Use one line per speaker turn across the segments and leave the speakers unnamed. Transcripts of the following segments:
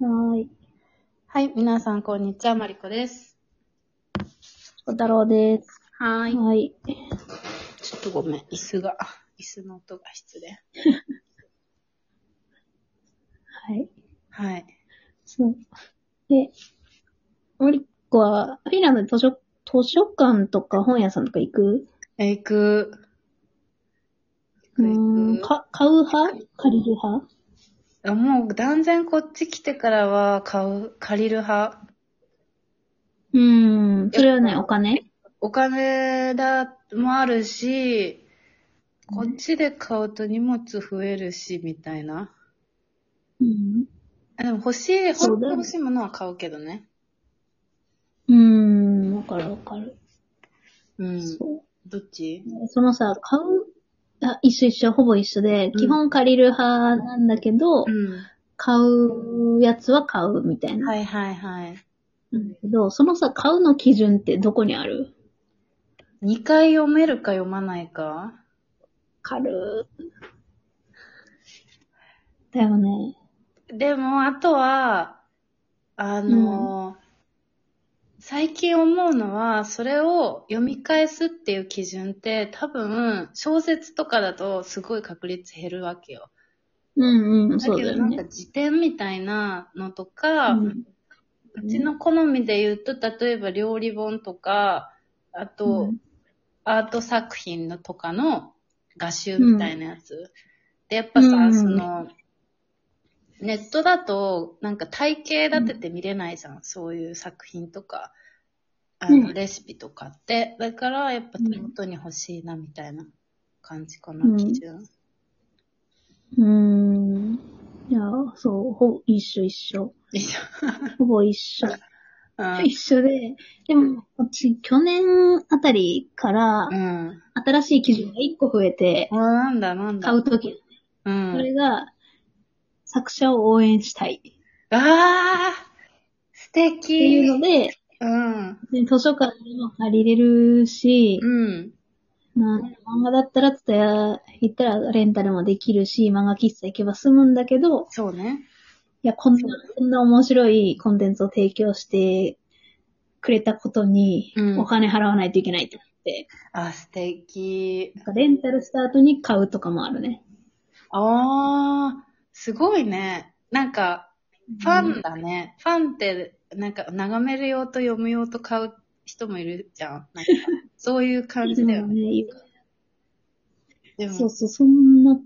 はーい。
はい、皆さん、こんにちは、マリコです。
小太郎です。
はーい。
はい。
ちょっとごめん、椅子が、椅子の音が失礼。
はい。
はい。
そう。で、マリコは、フィンランドで図書、図書館とか本屋さんとか行く
え、行く。
う
行
ーん、
く。
か、買う派借りる派
あもう、断然こっち来てからは、買う、借りる派。
うーん、それはね、お金
お金だ、もあるし、こっちで買うと荷物増えるし、みたいな。
うん。
あでも欲しい、
そ
本
うだ
当
よね
欲しいものは買うけどね。
うーん、わかるわかる。
うん。
そ
どっち
う。そのさ、買う、あ、一緒一緒、ほぼ一緒で、基本借りる派なんだけど、
う
買うやつは買うみたい
ん。
な。
はいはいはい。
なんだけど、そのさ、買うの基準ってどこにある
2回読めるか読まないか
軽い。だよね。
でも、あとは、あの、最近思うのは、それを読み返すっていう基準って、多分、小説とかだとすごい確率減るわけよ。
うんうん、
だ
そう
け
だ
ど、
よ
なんか
ね。
辞典みたいなのとか、
う
うんちの好みで言うと、例えば料理本とか、あと、
うん
アート作品のとかの画集みたいなやつ。で、やっぱさ、
うんうん
その、ネットだと、なんか体系立てて見れないじゃん。そういう作品とか、あの、
うん
レシピとかって。だから、やっぱ
うん
手元に欲しいな、みたいな感じかな、
うん
基準。
うーん。いや、そう、ほぼ一緒一緒。
以上
ほぼ一緒。
うん
一緒で。でも、私、去年あたりから
う、ん。うん。
新しい基準が一個増えて、
なんだ、なんだ。
買うとき。
う
そ
ん。
れが、作者を応援したい。って
あー素敵
いうので、
うん。
で図書館でも借りれるし、
うん。
まあ、漫画だったら、つたや行ったらレンタルもできるし、漫画喫茶行けば済むんだけど、
そうね。
いや、こんな、こんな面白いコンテンツを提供してくれたことに
う、ん
お金払わないといけないってなって、
あ、素敵。
なんかレンタルした後に買うとかもあるね。
ああ、すごいね。なんか、ファンだね。ファンって、なんか、眺める用と読む用と買う人もいるじゃん。 なんかそういう感じだよね。
ね。
で
そう
も、
そう、そんな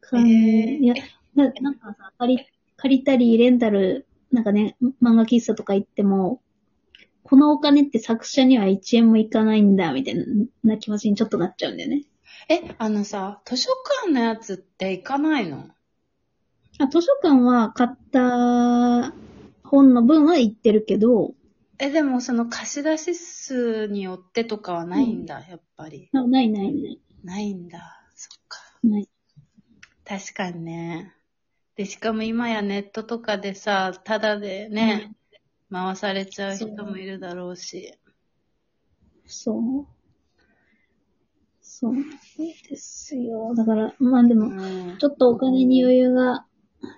感じ。
えー
いやな、なんかさ、借り、借りたり、レンタル、なんかね、漫画喫茶とか行っても、このお金って作者には1円もいかないんだ、みたいな気持ちにちょっとなっちゃうんだよね。
え、あのさ、図書館のやつって行かないの
あ図書館は買った本の分は行ってるけど、
え、でもその貸し出し数によってとかはないんだ、やっぱり。
なないないない。
ないんだ。そっか。
ない
確かにね。で、しかも今やネットとかでさ、ただでね、回されちゃう人もいるだろうし。
そう。そうですよ。だから、まあでも、
うん
ちょっとお金に余裕が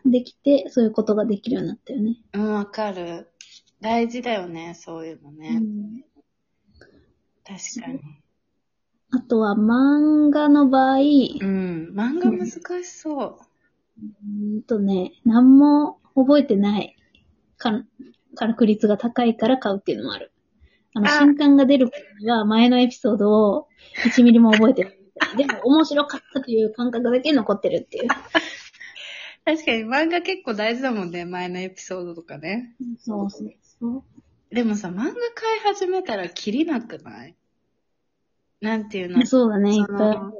できて、そういうことができるようになったよね。
うん、わかる。大事だよね、そういうの
う
ね。
ん
確かに。
あとは漫画の場合、
う、
うん
漫画難しそう。
ーんとね、何も覚えてないか確率が高いから買うっていうのもある。あの、
あ
新刊が出る時は前のエピソードを1ミリも覚えてないみたいな。でも面白かったという感覚だけ残ってるっていう。
確かに漫画結構大事だもんね、前のエピソードとかね。
そうそうそう。
でもさ、漫画買い始めたら切りなくないなんていうの
そうだね、いっ
そ
ぱい。
の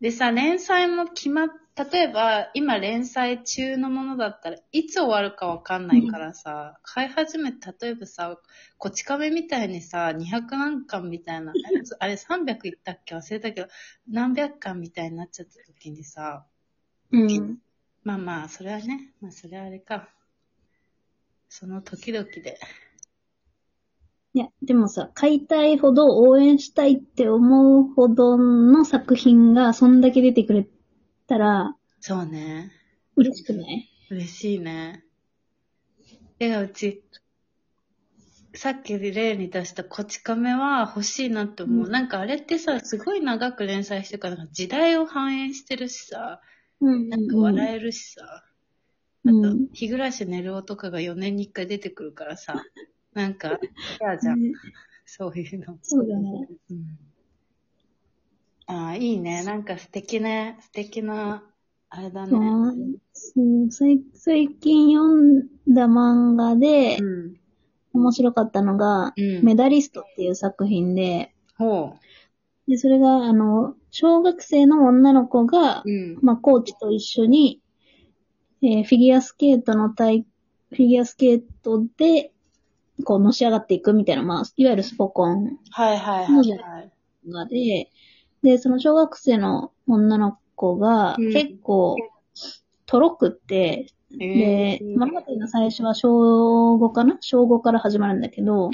でさ、連載も決まっ、例えば今連載中のものだったらいつ終わるかわかんないからさ、買い始めて、例えばさ、こち亀みたいにさ、200何巻みたいな、 あれ300いったっけ忘れたけど、何百巻みたいになっちゃった時にさ、
うん。
まあまあ、それはね、まあそれはあれか。その時々で。
いや、でもさ、買いたいほど応援したいって思うほどの作品がそんだけ出てくれたら
そうね。
嬉しくない
嬉しいね。いや、うち、さっき例に出したこち亀は欲しいなって思う。
うん
なんかあれってさ、すごい長く連載してるから、なんか時代を反映してるしさ、
うん
なんか笑えるしさ、
うん
あと、日暮らし寝るとかが4年に1回出てくるから さ、なんか、嫌じゃん、
ね
そういうの。
そうだね。
うんああ、いいね。なんか素敵ね。素敵な、あれだね。
そうそう最最近読んだ漫画で
う、ん。
面白かったのが、
うん
メダリストっていう作品で、
ほ
で、それが、あの、小学生の女の子が
う。、うん。
まあ、コーチと一緒に、えーフィギュアスケートの大、フィギュアスケートで、こう、のし上がっていくみたいな、まあ、いわゆるスポコン
はいはい
そう
はい、
じゃ
はい。
がで、で、その小学生の女の子が、
うん
結構、トロくって、
え
で
ー、
物語の最初は小5かな小5から始まるんだけど、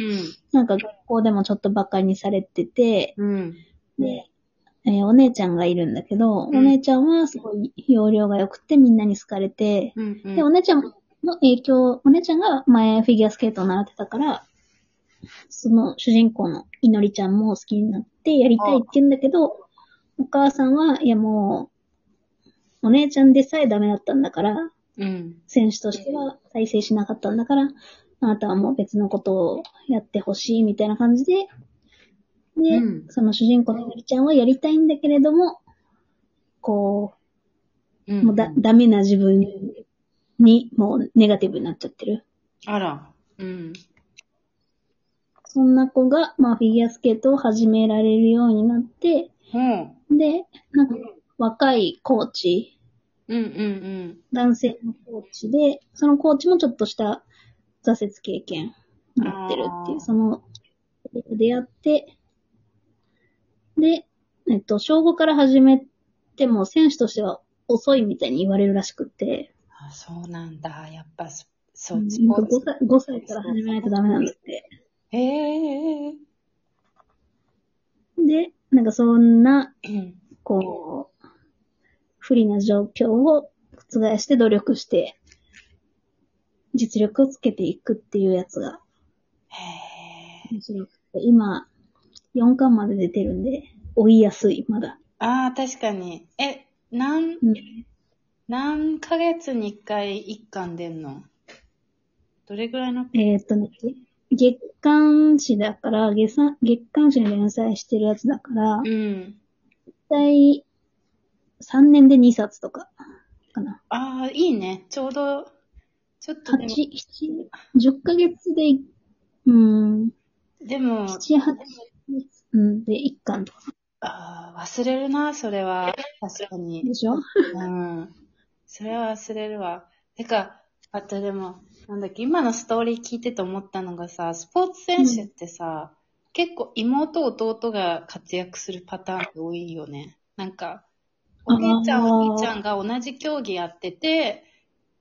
なんか学校でもちょっとバカにされてて、
うん。うん。
で、えーお姉ちゃんがいるんだけど、
うん
お姉ちゃんはすごい容量が良くてみんなに好かれて、
うん、うん。
で、お姉ちゃんの影響、お姉ちゃんが前フィギュアスケートを習ってたから、その主人公のいのりちゃんも好きになってやりたいって言うんだけど、お母さんは、いやもう、お姉ちゃんでさえダメだったんだから、
うん。
選手としては再生しなかったんだから、あなたはもう別のことをやってほしいみたいな感じで、で、
うん
その主人公のゆりちゃんはやりたいんだけれども、こ
う
う、
ん。
もうだ、ダメな自分に、もうネガティブになっちゃってる。
あら。うん。
そんな子が、まあ、フィギュアスケートを始められるようになって、
ほう。
で、なんか、若いコーチ
うんうん
男性のコーチで、そのコーチもちょっとした挫折経験持ってるってい
あー
う、その、出会って、で、えっと、小5から始めても選手としては遅いみたいに言われるらしくて、、
あ、そうなんだ。やっぱそ、そううんスポ
5
ーツ。
歳 ,5 歳から始めないとダメなんだって。
ええ
で、なんかそんな、
ー。
こう、不利な状況を覆して努力して、実力をつけていくっていうやつが
へえ。
面白くて、今、4巻まで出てるんで、追いやすい、まだ。
ああ、確かに。え、なん、
うん、
何ヶ月に一回一巻出んのどれぐらいの
えーっとね、月刊誌だから、月刊月刊誌に連載してるやつだから、
うん。
大体3年で2冊とか、かな。
ああ、いいね。ちょうど、ちょっと
8、
でも、
7、10ヶ月で、うん、
でも、
7、8ヶ月、うん、で1巻とか
ああ、忘れるな、それは。確かに。
でしょ
うん。それは忘れるわ。てか、あとでも、なんだっけ、今のストーリー聞いてて思ったのがさ、スポーツ選手ってさ、結構妹、弟が活躍するパターンが多いよね。なんか、お姉ちゃん、
あー
お兄ちゃんが同じ競技やってて、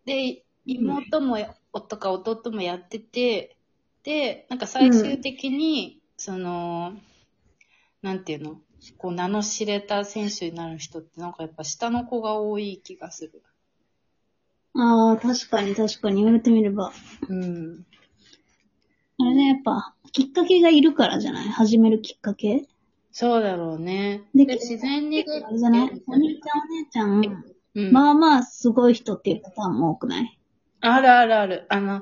で、妹も、夫か弟もやってて、で、なんか最終的に、その、なんていうのこう名の知れた選手になる人ってなんかやっぱ下の子が多い気がする。
ああ、確かに確かに言われてみれば。
うん。
あれね、やっぱ、きっかけがいるからじゃない始めるきっかけ
そうだろうね。
で
で、自然に。
あれじゃないお兄ちゃんお姉ちゃん、
うん。
まあまあすごい人っていうパターンも多くない
あるあるある。あの、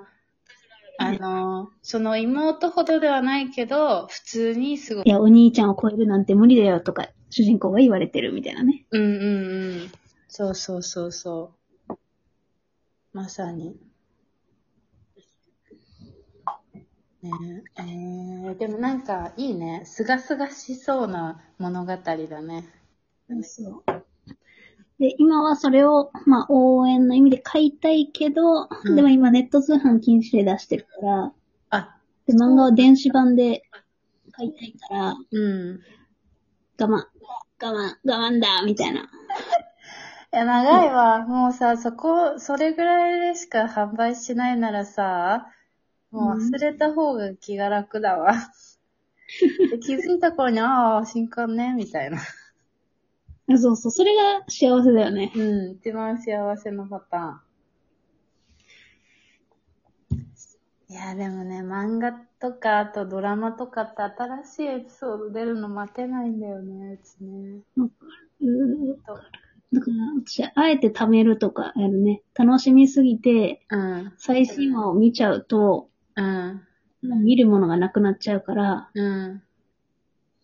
あの、その妹ほどではないけど、普通にすごい
い。や、お兄ちゃんを超えるなんて無理だよとか、主人公が言われてるみたいなね。
うんうんうん。そうそうそうそう。まさに。ねえー、でもなんかいいね。すがすがしそうな物語だね。
そう。で、今はそれを、まあ応援の意味で買いたいけど、
うん
でも今ネット通販禁止で出してるから、
あ、
で漫画は電子版で買いたいから、
うん。
我慢、我慢、我慢だ、みたいな。
いや、長いわ。もうさ、そこ、それぐらいでしか販売しないならさ、もう忘れた方が気が楽だ わ。で気づいた頃に、ああ、新刊ね、みたいな。
あそうそう、それが幸せだよね。
うん、一番幸せのパターン。いや、でもね、漫画とか、あとドラマとかって新しいエピソード出るの待てないんだよね、うちね。
うー
そう
だから、私、あえて貯めるとか、あるね、楽しみすぎて、
うん。
最新話を見ちゃうと、
うん。
見るものがなくなっちゃうから、
うん。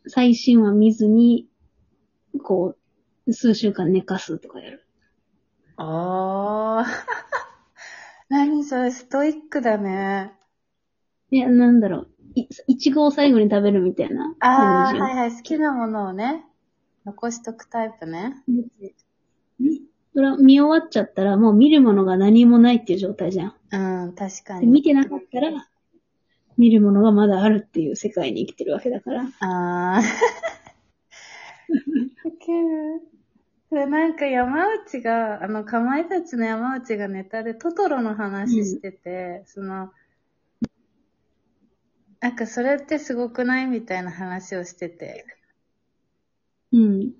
最新話見ずに、こう、数週間寝かすとかやる。
あー。 何それ、ストイックだね。
いや、なんだろう、い、いちごを最後に食べるみたいな
あ
感
ー、
じ。
はいはい、好きなものをね、残しとくタイプね。
ねそれは見終わっちゃったら、もう見るものが何もないっていう状態じゃん。
うん、確か
で
に。
見てなかったら、見るものがまだあるっていう世界に生きてるわけだから。
あー。 ウケる。それなんか山内が、あの、かまいたちの山内がネタでトトロの話してて、その、なんかそれってすごくないみたいな話をしてて、
うん。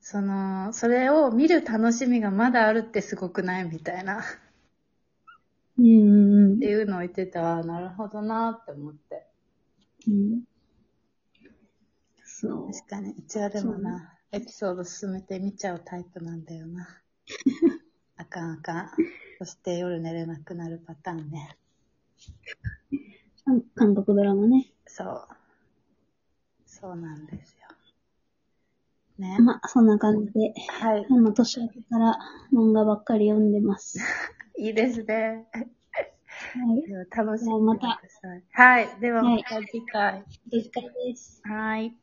その、それを見る楽しみがまだあるってすごくないみたいな、っ
うんうんうん
て。いうのを言ってて、あーなるほどなーって思って。
うんそう。
確かに、うちはでもな、エピソード進めて見ちゃうタイプなんだよ な。あかんあかん。そして夜寝れなくなるパターンね。
韓韓国ドラマね。
そう。そうなんですよ。ね。
まあ、そんな感じで、
はい
あ。の、年明けから漫画ばっかり読んでます。
いいですね。
はい。
では楽し
じゃあ
み
ま
にく
た
ださい。はい。では
は
ま
い
た次回。
お疲れです。
はい。